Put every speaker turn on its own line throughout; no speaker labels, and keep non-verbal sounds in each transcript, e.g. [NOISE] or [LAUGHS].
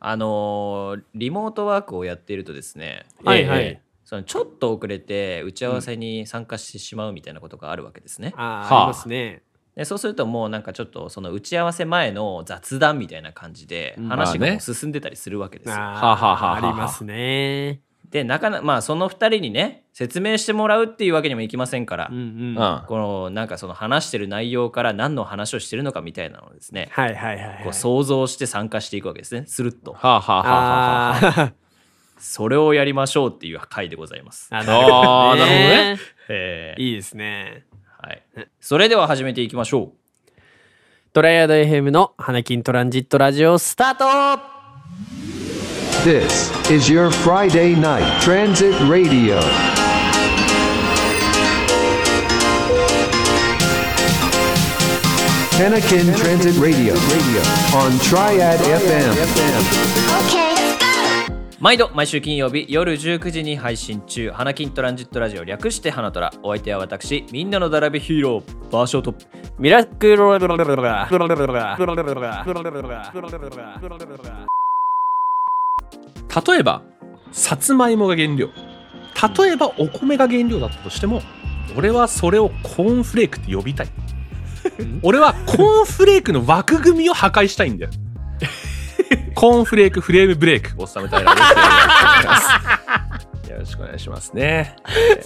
あのーリモートワークをやっているとですね
はいはい
え
そのちょっと遅れて打ち合わせに参加してしまうみたいなことがあるわけですね、
あー
はあ
ありますね。
でそうするともうなんかちょっとその打ち合わせ前の雑談みたいな感じで
うん
話が
まあね
もう進んでたりするわけです
あ
よ、
ー
はあはあはあはあ
ありますね。
でなかなまあその2人にね説明してもらうっていうわけにもいきませんから、
うんうん。
え
は
このなんかその話してる内容から何の話をしてるのかみたいなのをですね
いはいはいはい。
こう想像して参加していくわけですねするっと
はあはあはあはあ。
あ
それをやりましょうっていう回でございます
ーあ
あーなるほどね。
えー
いいですね。
はい、それでは始めていきましょう
トライアド FM の花金トランジットラジオスタート
This is your Friday night transit radio. Panakin Transit Radio on Triad FM.
毎度毎週金曜日夜19時に配信中「花金トランジットラジオ」略して「花トラ」お相手は私みんなのだらべヒーローバーショート
ミラクル
例えばさつまいもが原料例えばお米が原料だったとしても俺はそれをコーンフレークって呼びたい俺はコーンフレークの枠組みを破壊したいん [LAUGHS] だよコーンフレークフレームブレイクおさめたいなですよろしくお願いしますね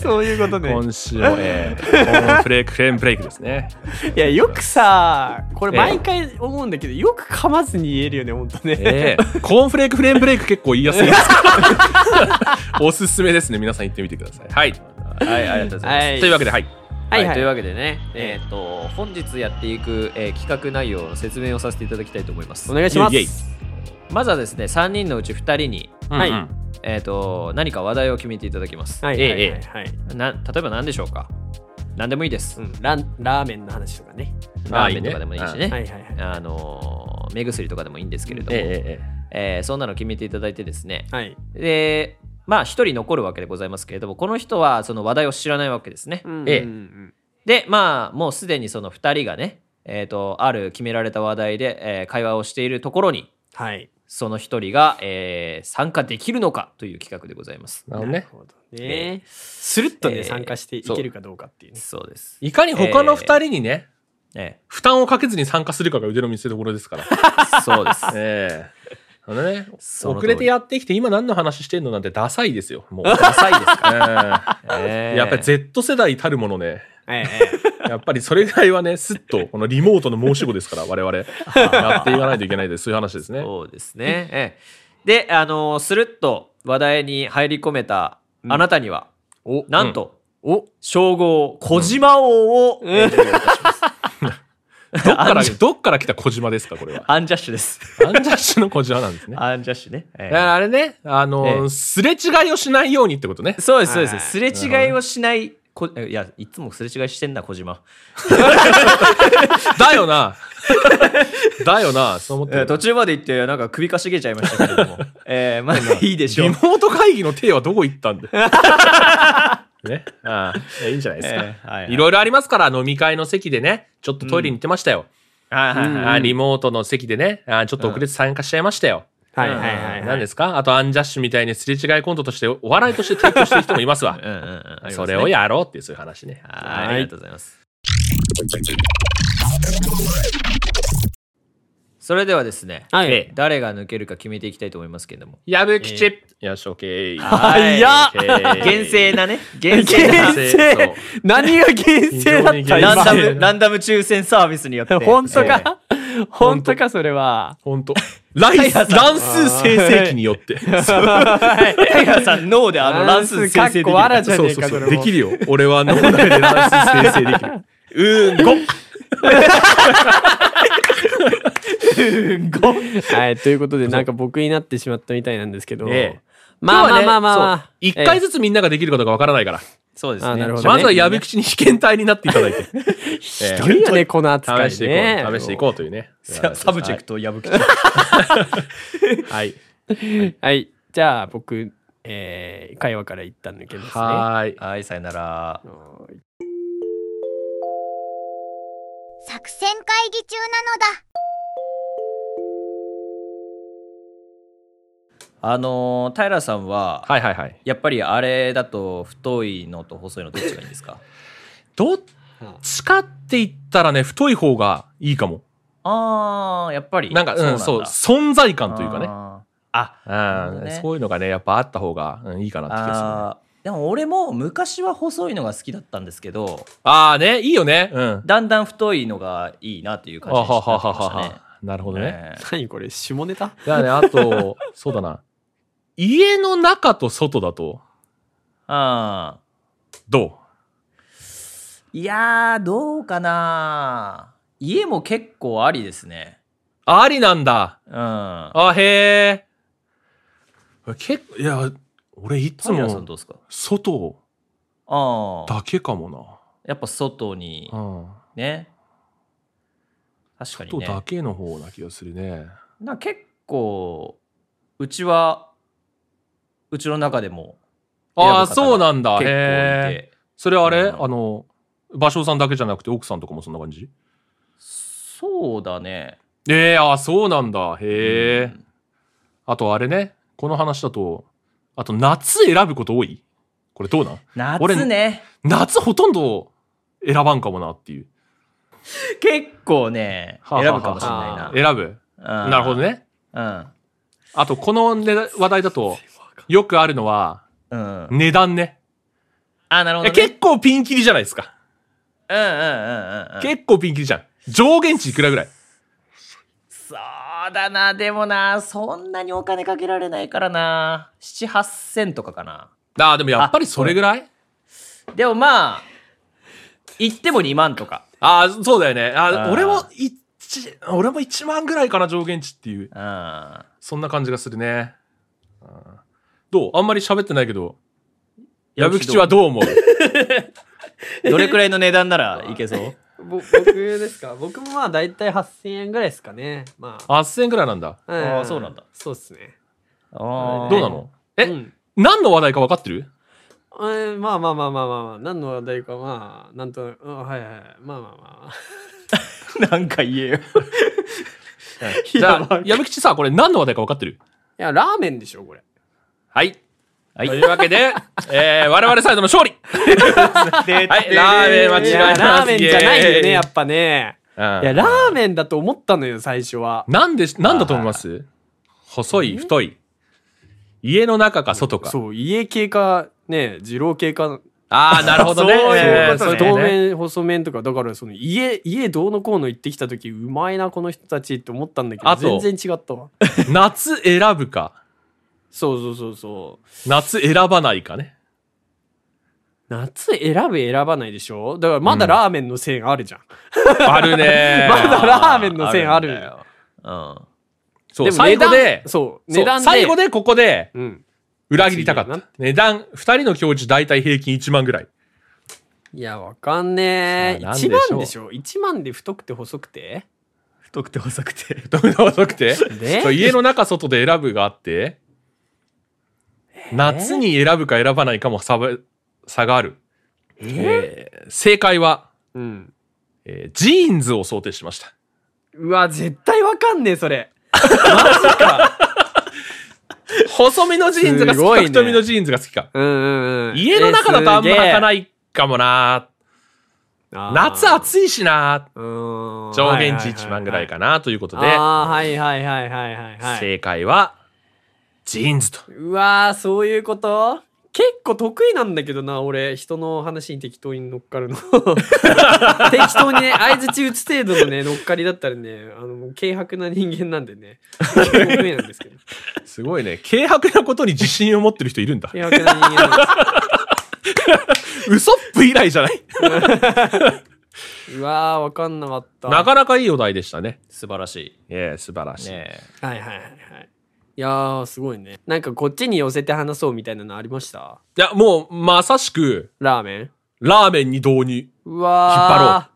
そういうことね。
今週も、 [LAUGHS] えーコーンフレークフレームブレイクですね
いや、よくさ、これ毎回思うんだけど、よく噛まずに言えるよね、ほんとね。
えーコーンフレークフレームブレイク結構言いやすいですからおすすめですね皆さん行ってみてくださいはい
はいありがとうございます、
は
というわけではい
はいという
わ
わけでね、えっと本日やっていく、えー企画内容の説明をさせていただきたいと思います
お願いしま
イエイイエイ
す。
まずはですね3人のうち2人に、
はい
うんうん
えー、と何か話題を決めていただきます、
はいはいはい
え
はい。
な例えば何でしょうか何でもいいです、
うんランラーメンの話とかね。
ラーメンとかでもいいしね
はいはいはい。
あのー目薬とかでもいいんですけれども、え
ええ
ーそんなの決めていただいてですね、
はい。
でまあ一人残るわけでございますけれどもこの人はその話題を知らないわけですね、
うん
ええ
うんうん
でまあもうすでにその2人がねえー、とある決められた話題で、えー会話をしているところに
はい。
その一人が、えー参加できるのかという企画でございます
なるほどね
なるほどね。スルッとね、参加していけるかどうかっていうね。
そうです
いかに他の二人にね、
え
負担をかけずに参加するかが腕の見せ所ですから。
え [LAUGHS] そうです
ええあのね、
その
遅
通り
れてやってきて今何の話してんのなんてダサいですよ。も
[LAUGHS]
うダサいですから、
ええ
やっぱり Z 世代たるものね。
え
やっぱりそれぐらいはね、すっとこのリモートの申し子ですから、我々。
[LAUGHS]
やっていかないといけないです。そういう話ですね。
そうですね、ええ、であのースルッと話題に入り込めたあなたには、なんと、お称号小島王を、えー授与いたします
どっか
アン
ら、
ジ
どっから来た小島ですか、これは。
アンジャッシュです
アンジャッシュの小島なんですね。
[LAUGHS] アンジャッシュね。え
だからあれね、あの、
ええ
すれ違いをしないようにって [LAUGHS] ことね
え。そうです、そうで
はい
す。すれ違いをしない、こいや、いつもすれ違いしてんな、小島。
だよ [LAUGHS] な。だよな。そう思って
え
る
ー途中まで行って、なんか首かしげちゃいましたけれども。 [LAUGHS] えー、まあいいでしょ
リ
う
モ。ート会議の手はどこ行ったん [LAUGHS] だよ。ね。ああ、いいんじゃないですか。
ええはいはい
いろいろありますから、飲み会の席でね、ちょっとトイレに行ってましたよ。
はいはいはい
ああリモートの席でね、ああちょっと遅れて参加しちゃいましたよ。
はいはいはいはい。
何ですかあとアンジャッシュみたいにすれ違いコントとしてお笑いとして提供してる人もいますわ。
うんうんうんありますね
それをやろうっていうそういう話ね。
はいありがとうございます。それではですね、
はい
えー誰が抜けるか決めていきたいと思いますけれども。
やぶきちよし、オッケー。
はい
早っ
厳正なね、厳正
厳
な
[LAUGHS]
厳正
正何が厳正だっ
非
た
常に厳正
ラン
[LAUGHS]
ダム、
今
ランダム抽選サービスによって。
本当
えー
か本当かそれは。
ほん [LAUGHS] と。乱
さん
乱数生成器によって。
タイガーさん、ノーであの乱数生成でき
かっこわらじゃ
そ
ね
う
え
そう
か、
そ
それ
う。
も。
できるよ。俺は脳内で乱数生成できる。うーん、ご
はい、ということで、なんか僕になってしまったみたいなんですけど。
ええ
まあまあまあまあ
そう
まあ。
一回
ず
ずつみんなができることがわからないから。
そうです
あ
ね。
なるほどね
まずは矢吹口に被験体になっていただいて。え
つ。いるよね、この扱
え
い
試してい
ね。
こう。試していこうというね。
ササブチェクト破き。
はい。
はい。じゃあ、僕、えー会話から一旦抜けますね。
はーい。
はい、さよなら。
作戦会議中なのだ
あのー平さんは、
はいはいはい。
やっぱりあれだと太いのと細いのどっちがいいんですか [LAUGHS]
どっちかって言ったらね、太い方がいいかも。
あーやっぱり
なんか、うん、そう、存在感というかね。
あなるほ
う
ど
ん、
ね
そういうのがね、やっぱあった方がうんいいかな
ー
って気がするね、
あーでも俺も昔は細いのが好きだったんですけど
ああね、いいよね。うん。
だんだん太いのがいいなっていう
あ
感じにな
は
って
はは
きま
は
したね
は。なるほどね。
えー
何これ下ネタ
だからね、あ [LAUGHS] と、そうだな。家の中と外だと、
あ
ど
ーいやーどうかな家も結構ありですね
うありなんだ。
うんあ
あ、へえ。結構、いや、俺いつ
平さんどう
も
ですか
外
ああ
だけかも
やっぱ外に
な。うん。
ね確かに
外
ね
だけの方な気がするね。
なんか結構うちはうちの中でも
ああ、
選ぶ方が
そうなんだ。
結構い
へえ。
て
それあれ、
うん
あの、芭蕉さんだけじゃなくて奥さんとかもそんな感じ
そうだね
ええああ、そうなんだ。へえ、
うん
あとあれね、この話だと、あと夏選ぶこと多いこれどうなん俺
夏ね
夏ほとんど選ばんかもなっていう。
結構ね
はあ
選
はあはあ
ぶかもしれな
選ぶ。
いな
なるほど
ね
ね。
うん
あと、この、ね、話題だと、よくあるのは、
うん
値段ね。
あなるほ
いや
どね
結構ピンキリじゃないですか。
うんうんうんうんうん
結構ピンキリじゃん。上限値いくらぐらい
そうだなでもなそんなにお金かけられないからな78000とかかな
ああ、でもやっぱりそれぐらい
でもまあ行っても2万とか
ああ、そうだよね。あ
あー
あ俺も一、俺も1万ぐらいかな、上限値っていう。
うん
そんな感じがするね。うんどうあんまり喋ってないけど、矢吹吉はどう思う
どれくらいの値段ならいけそう
ぼ僕ですか僕もまあ大体8000円ぐらいですかねまあ
?8000 円ぐらいなんだ。
あーそうなんだ
そうっすね
あー
どうなのえ、
うん
何の話題か分かってる
えーまあまあまあまあまあまあ何の話題かまあなんとなくうんはいはいまあまあ [LAUGHS] ま
なんか言えよ。
じゃ
ば
あ、矢吹吉さ、これ何の話題か分かってる
あいやラーメンでしょこれ
はい。
はい
というわけで、えー、我々サイドの
[LAUGHS]
勝利はい、ラーメン間
いや
違い
ラーメンじゃないよねや
や
っぱねいや
っ
ラーメンだと思ったのよ最初は
なんで、なんだと思います細い、太い。家の中か外か。
そう家系かね二郎系か
ああ、なるほどね。
そう
え
い
ー
うことね
そういう
透
ことね
明細麺とかだからその家家どうのこうの行ってきた時うまいなこの人たちって思ったんだけど
あと
全然違ったわ
夏選ぶか。
そうそうそうそう
夏選ばないかね。
夏選ぶ選ばないでしょだからまだ
うん
ラーメンの線あるじゃん、
あるね [LAUGHS]
まだラーメンの線ある
んだよ。うん。
そう、
も
最後
値
で
段、そう
そう
値段で
最後でここで
うん
裏切りたかっ
次
た。値段、二人の教授大体平均1万ぐらい。 [LAUGHS]
いやわかんねえ
さあ
1
な
万
ん
で
で
し
し
ょ1万で太くて細くて
太くて細くて。
どんな遅くて。
で
そう家の中、外で選ぶがあって、夏に選ぶか選ばないかも差ば差がある。えー正解は、
うん
えージーンズを想定しま
[LAUGHS]
した。
うわ絶対わかんねえそれ
細身のジーンズが
す
好
ご
き
いね
か、太身のジーンズが好きか。
うんうん、うん、
家の中だとあんま履か
い
ないかもな夏暑いしな上限値1万ぐらい
か
かなということで、
ああ、はいはいはいはいはいはい。
正解は、ジーンズと。
うわー、そういうこと結構得意なんだけどな、俺。人の話に適当に乗っ
[LAUGHS]
かるの。適当にね、相槌打つ程度のね、乗っかりだったらね、あの、軽薄な人間なんでね。得意なん
[LAUGHS]
ですけど。
すごいね。軽薄なことに自信を持ってる人いるんだ。
軽薄な人間なんで
ウソップ以来じゃない
す。うわー、わかんなかった。
なかなかいいお題でしたね。
素晴らし
ええ素晴らし
い。
い。
ね
はいはいはいはい。いやー、すごいね。なんかこっちに寄せて話そうみたいなのありました
いや、もう、まさしく、
ラーメン
ラーメンに導入。
うわ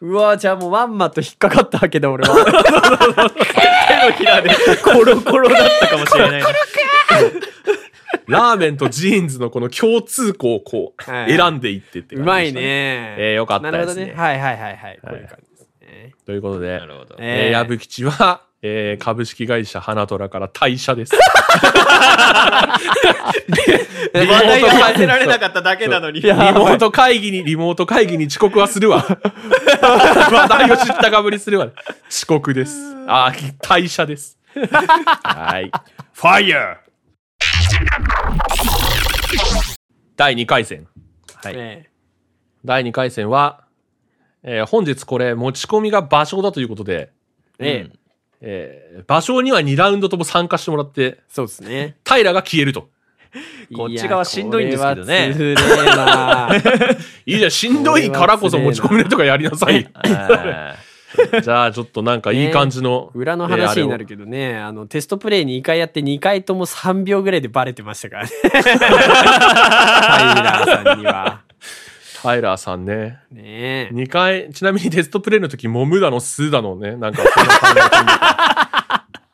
ーうわーじゃあもうまんまと引っかかったわけだ俺
[LAUGHS]
は
手のひらでコロコロだったかもしれないな。
ラーメンとジーンズのこの共通項をこう、
はい
選んでいってって
う
感じ
ま
で
い
した
ね、
えーよかっ
な
た
るほ
で
ど
すね
ねはいはいはいはい、こういう感じですね
ということで、
なるほど。
えー矢吹吉は、えー株式会社花虎から退社
[LAUGHS]
です。
話題が当てられなかっただけなのに。
リモート会議に、リモート会議に遅刻はするわ。 [LAUGHS] 話題を知ったかぶりするわ。遅刻です。あー、退社です。はい。ファイヤー第2回戦。
え
第2回戦は、えー本日これ持ち込みが場所だということで、
えええ
えー、場所には2ラウンドとも参加してもらって、
そうですね。
平が消えると。
こっち側しんどいんですけどね
いやこれはつれえ
いいじゃん、しんどいからこそ持ち込みのとかやりなさい。 [LAUGHS] じゃあちょっとなんかいい感じの。
な裏の話になるけどね、あのテストプレイ2回やって2回とも3秒ぐらいでバレてましたからね。タイラーさんには。
タイラーさんね。
[LAUGHS] ねえ。
2回、ちなみにテストプレイの時、もむだの、すだのね、なんか。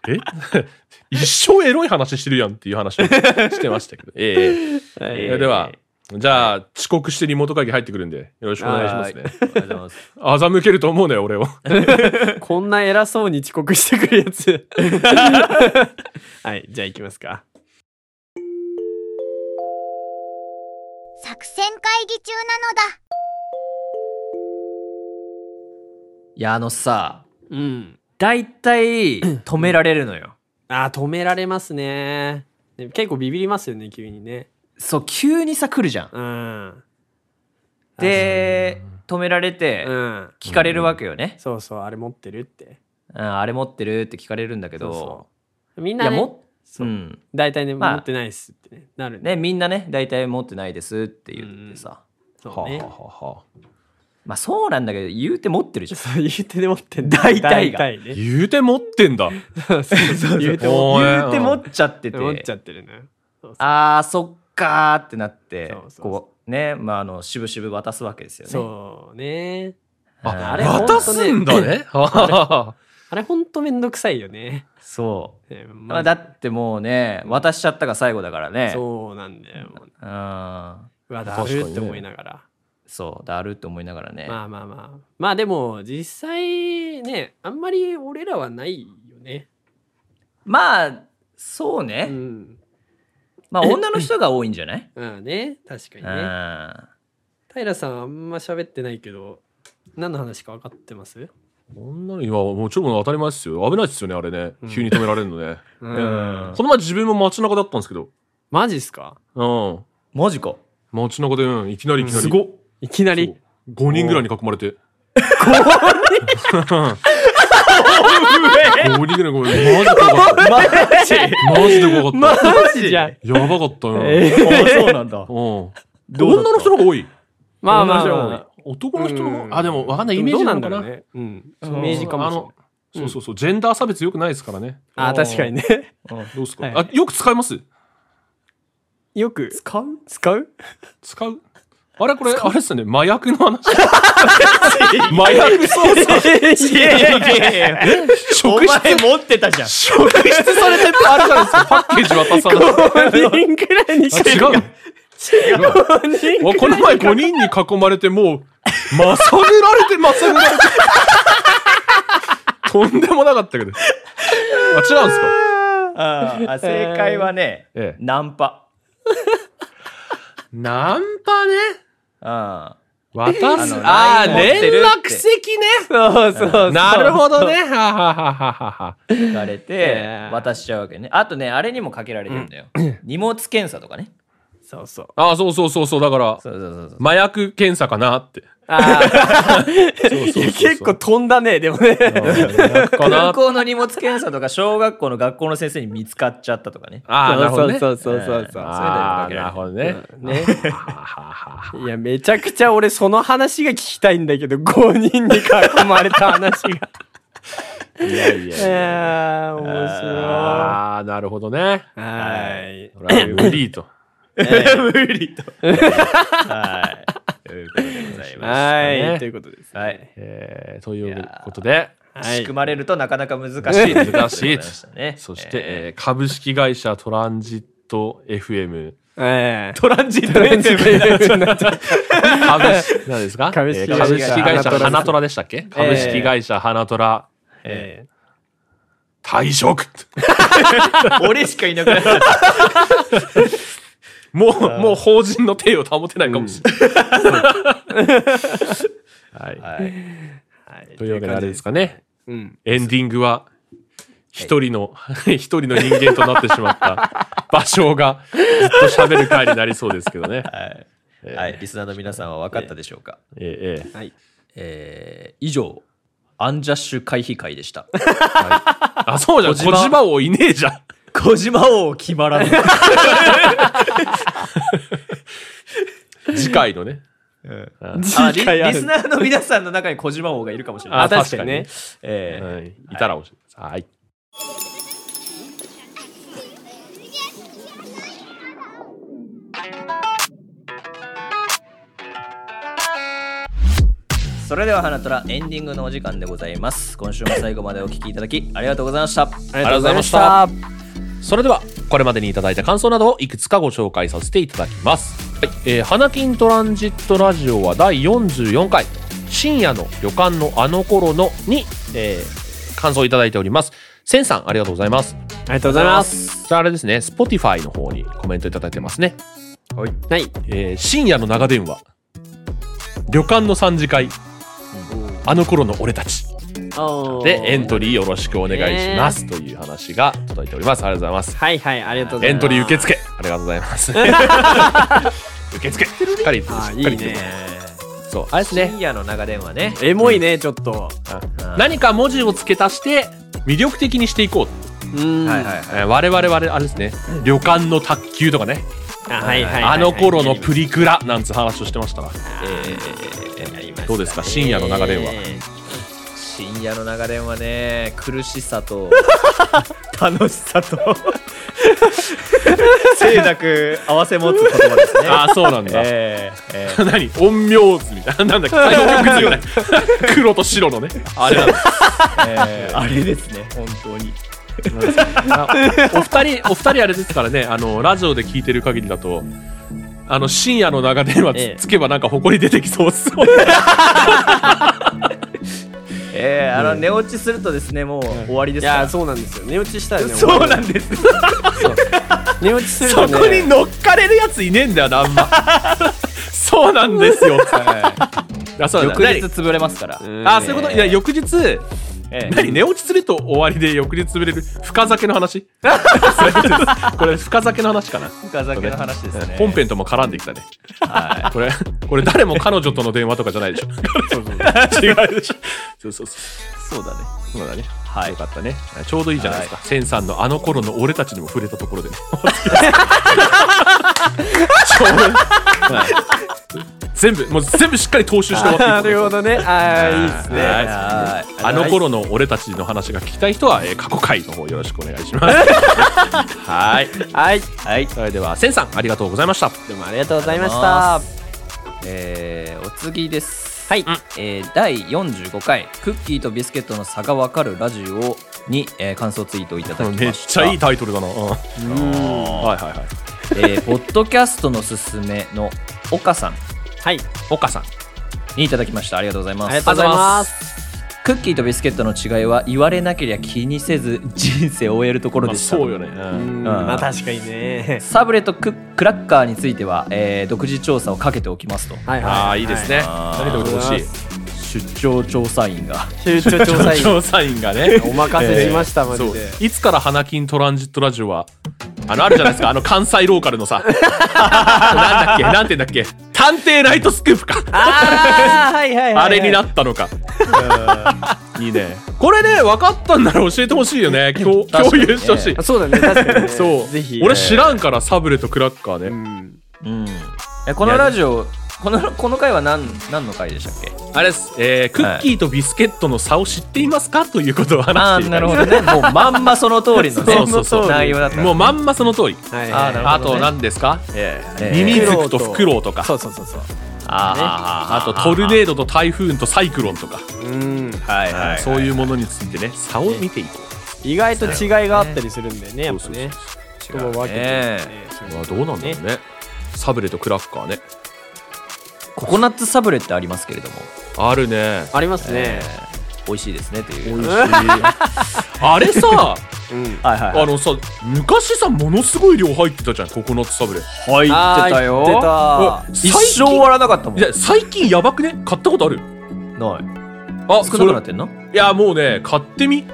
え [LAUGHS] 一生エロい話してるやんっていう話をしてましたけど。ええええでは、じゃあ、遅刻してリモート会議入ってくるんで、よろしくお願いしますね。欺けると思うね、俺を。
こんな偉そうに遅刻してくるやつ。はい、じゃあ行きますか。
作戦会議中なのだ
いや、あのさ、
うん。
大体止められるのよ。
あー、止められますね。ね結構ビビりますよね、急にね。
そう、急にさ来るじゃん。
うん。
で、止められて
うん。
聞かれるわけよね。
そうそう、あれ持ってるって。
うんあれ持ってるって聞かれるんだけ
そう
ど
そ。う。み
い
んな、
や、
ね、
も、。
そううん大体ね、
まあ
持ってないっすってね。なる
ね、
ね。
みんなね、大体持ってないですって言ってさ。
そうね。
は
まあそうなんだけど、言うて持ってるじゃん。
そう言うてで持ってんだ。大
体が
体ね。
言うて持ってんだ。
言うて
お
持っ
ー
言うて持っちゃってて。
て持っちゃってるね。そうそう
あーそっかーってなって
そうそうそう
こうねまああの渋々渡すわけですよね
そうね。
あ
あれほんと
渡すん [LAUGHS] だね。は
あれほんとめんどくさいよね。
そう
ねま
まあ、だってもうね渡しちゃったが最後だからね
そうなんだよ。
うん
うわ、だ
確かにね
るって思いながら。
そうだるって思いながらね、
まあまあまあ。まあでも、実際ね、あんまり俺らはないよね。
まあそう
う
ね、
ん。
まあ女の人が多いんじゃ [LAUGHS] ない、
うんね、確かに
う
ね。
ん
平さんあんま喋ってないけど、何の話か分かってます
い。女のいや、もちろん当たり前ですよ。危ないですよね、あれね。急に止められるのね。
[LAUGHS] うん。
この前自分も街中だったんですけど。
マジっすか
うん。
マジか
街中で、うん、いきなりいきなり。
っいきなり。
5人ぐらいに囲まれて。
[LAUGHS]
5人人ぐらいに囲まれて。マジで怖かった。
マ
マジで怖かっ
ジじゃん
た。やばかったな。
あ
うん。
そうなんだ
女の人の方が多い。
まあまあ
女の
ま
人の方が
あ。
多い男の人の方
うん
が、あ、でもわかんない。イメー
どう
ジ
な
なんの
だろ
か
う
な。
ね。うん。
う
イ
ん
メージかもしれない。
そうそうそう。ジェンダー差別良くないですからね。
あー確かに
[LAUGHS]
ね。
どうですか
はい
あ、よく使います
よく。使う使う
使うあれこれ、あれっすよね。麻薬の [LAUGHS] 話。麻薬捜査。
いやいやいやいや [LAUGHS] お
職質
前持ってたじゃん
職質されてってあるじゃないですか。パッケージ渡さない。
5人くらいにし
あ違う違うわこの前5人に囲まれてもうまさぐられてまさぐられてとんでもなかったけどあ違うんですか
あーあ正解はね、
ええ
ナンパ
ナンパね
うん
渡す
あの
ああ
LINE 持っ
連
てるって
絡先ねそうそう [LAUGHS] なるほどね [LAUGHS] ははははは
聞かれて渡しちゃうわけねあとねあれにもかけられてんだよ荷物検査とかね
そうそう。
ああそうそうそうそうだから
そうそうそうそう
麻薬検査かなって [LAUGHS] そうそうそうそう
結構飛んだね、でもね。 [LAUGHS]
かな
空港の荷物検査とか小学校の学校の先生に見つかっちゃったとかね [LAUGHS]
ああなるほどね
そうそうそうそう。
ああなるほどね
ね。いや、めちゃくちゃ俺その話が聞きたいんだけど、5人に囲まれた話が。
い
[LAUGHS]
やいやいや
えー、面白
ああなるほどね
い。はい。
これは無理と
無理とはいということでございま
はい、
ね
ということです。
すはい
えーということで、
は
仕
い
組。まれるとなかなか難しい [LAUGHS] 難
[LAUGHS]
しい
ね
そして、えー株式会社トランジット FM。
えー
トランジット
トランジットになっちゃった
株式、何ですか
株式
えー株
会社
式会社
花虎です
花虎でしたっけ株式会社花虎。
え
退職
俺しかいなくなる。
もう、もう法人の体を保てないかもしれない。はい。というわけであれですかね。
うん。
エンディングは、一人の、 [LAUGHS] 一人の人間となってしま [LAUGHS] った場所が、ずっと喋る回になりそうですけどね。
はい、リスナーの皆さんは分かったでしょうか。
ええええ
えー以上、アンジャッシュ回避会でした。
あ、そうじゃん。
小
小
島
島王いねえじゃん。
[LAUGHS] 小島王決まらない。
次回のね。
あリリスナーの皆さんの中に小島王がいるかもしれない。
あ確かにね。
えー
はい。いたら面白いです。はい。
それでは花虎エンディングのお時間でございます今週も最後までお聞きいただきありがとうございました
ありがとうございました。それでは、これまでにいただいた感想などをいくつかご紹介させていただきます。はい。えー、花金トランジットラジオは第44回、深夜の旅館のあの頃のに、えー感想いただいております。センさん、ありがとうございます。
ありがとうございます。
さあ、あれですね、Spotify の方にコメントいただいてますね。
はい。
えー深夜の長電話旅館の3次会あの頃の俺たちでエントリーよろしくお願いしますという話が届いておりますありがとうございます
はいはい、ありがとうござ
エ
い
ン
ます。
トリー受付ありがとうございます [LAUGHS] 受付しっかりしっ
あ
か
ー
り
いいね。
そうあれですね
深夜の長電話ね。
エモいね、ちょっと。
あ何か文字を付け足して魅力的にしていこう、
うん。はいはい。
えー我々我々あれですね旅館の卓球とかね
はいはい。
あの頃のプリクラなんつう話をしてましたがどうですか深夜の長電話
えー深夜の長電話ね苦しさ
[LAUGHS]
と楽しさと清濁合わせ持つ言葉
[LAUGHS]
ですね
ああそうなんだ、
えーえー
何陰陽図みたいななんだっけ太陽曲 [LAUGHS] 図みたいな黒と白のねあれなんだ
えーあれですね本当に
お二人お二人あれですからねあのラジオで聞いてる限りだとあの深夜の長電話つ,、
ええ
つけばなんか埃出てきそうっす
えーあの寝落ちするとですねもう終わりで
い
すか
や
ら
そうなんですよ寝落ちしたよね
そうなんです
寝落ちする
そ
とね
こに乗っかれるやついねえんだよなあん [LAUGHS] まそうなんですよあそうなん
翌
だ
日潰れますから
何あそういうこといや翌日
えー
何寝落ちすると終わりで翌日潰れる深酒の [LAUGHS] 話これ深酒の話かな
深酒の話ですね
本編とも絡んできたね。これ、これ誰も彼女との電話とかじゃないでしょ。 [LAUGHS] 違うでしょ。そうそうそう。そうだね。そうだね。はい。よかったね。ちょうどいいじゃないですか。センさんのあの頃の俺たちにも触れたところで [LAUGHS] ね。ちょうどいいはい全部、もう全部しっかり踏襲して終わ
な
ってい
る
く [LAUGHS]
ほ
[LAUGHS]
どねあーいいですね
はいあの頃の俺たちの話が聞きたい人は、えー過去回の方よろしくお願いし [LAUGHS] ます。はい。
はい
はい。それでは、センさん、ありがとうございました。
どうもありがとうございました
えーお次ですはい、えー第45回「クッキーとビスケットの差がわかるラジオに」えー感想ツイートをいただきました
めっちゃいいタイトルだな。うんはいはいはい。
えーポッドキャストのすすめの岡さん
はい
岡さん。
にいただきましたありがとうございます
ありがとうございます
クッキーとビスケットの違いは言われなけりゃ気にせず人生を終えるところ
まあ
でした、
そうよね。うん
うんまあ確かにね
サブレとククラッカーについては、えー独自調査をかけておきますと
はい
あ
は
あ、
い
いいですね。投げておいてほしい。
出張調査員が
出張調
[LAUGHS]
査員
調査員
[LAUGHS]
がね。
お任せしましたマ
そ
ジ
う
で
いつから花金トランジットラジオは、あの、あるじゃないですか、あの関西ローカルのさ、 [LAUGHS] なんだっけ、なんて言うんだっけ、探偵ナイトスクープか、
ああはいはい
あれになったのか。いいね。これね、分かったんなら教えてほしい
[LAUGHS]
よね。共共有してほしい。
そうだね確
[LAUGHS]
かにね
そう。
ぜひ
俺知らんから、サブレとクラッカー
う
ね。
ん
えこのラジオこのこの回は何何の回でしたっけ
あれです、えークッキーとビスケットの差を知っていますかということを
ああ
話して
ー
い
な
た
る
だい
ほ
て
どね
[LAUGHS]
もうまんまその通りのね
そうそうそう
内容だった
もうまんまその通り。
はい
あーなるほど
は
あと何ですか、
えー
ミミズクとフクロウと
い
か、
そうそうそうそう
あとトルネードと台風とサイクロンとか、
うん
はいはい
そういうものについてね、差を見ていこ
意外と違いがあったりするんだよねやっぱね人も分けて
ね
ねそう
う。まあどうなんだろうね。サブレとクラフカーね。
ココナッツサブレってありますけれども
あるね。
ありますね
美味しいですねという
美味しい。あ
[LAUGHS]
れさ
はいはい、
あのさ昔さものすごい量入ってたじゃんココナッツサブレ
はい。入ってたよ。
あ
最
一
近
生終わらなかったもん。
いや最近やばくね買ったことある
ない。
あ
少なくなってんの
それいやもうね買ってみ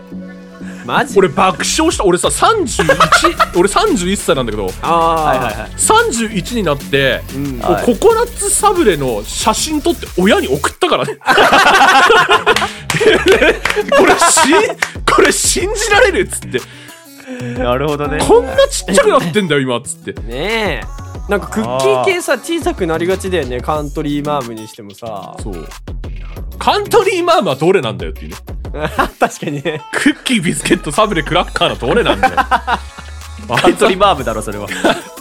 マジ
俺爆笑した俺さ31俺31歳なんだけど
あー、
はい。
31になって、
うん
こうココナッツサブレの写真撮って親に送ったからね [LAUGHS] これしこれ信じられるっつって
なるほどね。
こんなちっちゃくなってんだよ今っつって
ねえなんかクッキー系さ小さくなりがちだよねカントリーマームにしても
[LAUGHS]
さ
そうカントリーマームはどれなんだよっていうね
確かにね
クッキービスケットサブレクラッカーのどれなんだよ
[LAUGHS]
あ
カ
い
ン
つ
ト
は
リーバーブだろ、それは。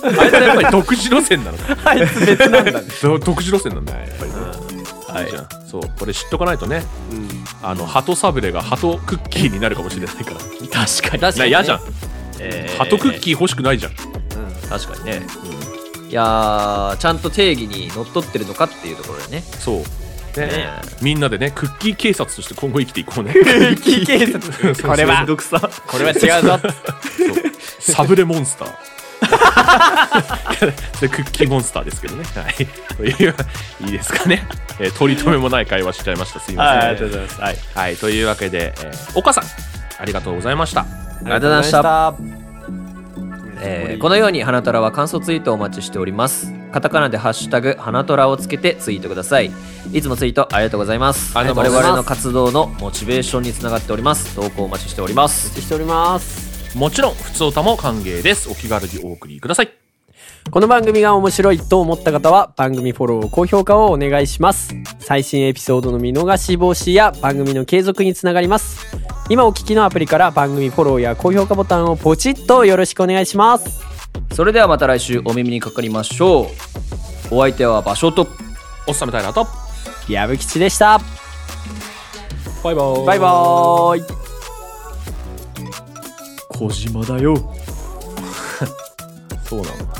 あいつはやっぱり独自路線なの
あいつ別なんだね
ど独自路線なんだよやっぱりね、はいいじゃんそうこれ知っとかないとね、あの鳩サブレが鳩クッキーになるかもしれないから
[LAUGHS] 確かに。
な嫌じゃん
えー
鳩クッキー欲しくないじゃん、
確かにね。いやー、ちゃんと定義にのっとってるのかっていうところでね。
そうね
ね
みんなでねクッキー警察として今後生きていこうね
キー警察こ
[LAUGHS]
れ
めん
は
どくさ。
これは違うぞ
サブレモンスター [LAUGHS] それクッキーモンスターですけどね。はい、といういいですかね、えー取り留めもない会話しちゃいました。すいません、
ございます。はい。
はい、というわけで、えー岡さん、ありがとうございました。
ありがとうございました。
あ
えーこのように花虎は感想ツイートをお待ちしております。カタカナでハッシュタグ花虎をつけてツイートください。いつもツイートありがとうございます。
あ
我
りがとうございます
々の活動のモチベーションにつながっております。投稿お待ちしております。
りがとうございましたしております
もちろん、普通歌も歓迎です。お気軽にお送りください。
この番組が面白いと思った方は番組フォロー高評価をお願いします最新エピソードの見逃し防止や番組の継続につながります今お聞きのアプリから番組フォローや高評価ボタンをポチッとよろしくお願いします
それではまた来週お耳にかかりましょう。お相手は場所と。
おっさめたいなと。
矢吹吉でした
バイバーイ。
バイバーイ
小島だよ。
[LAUGHS] そうなの。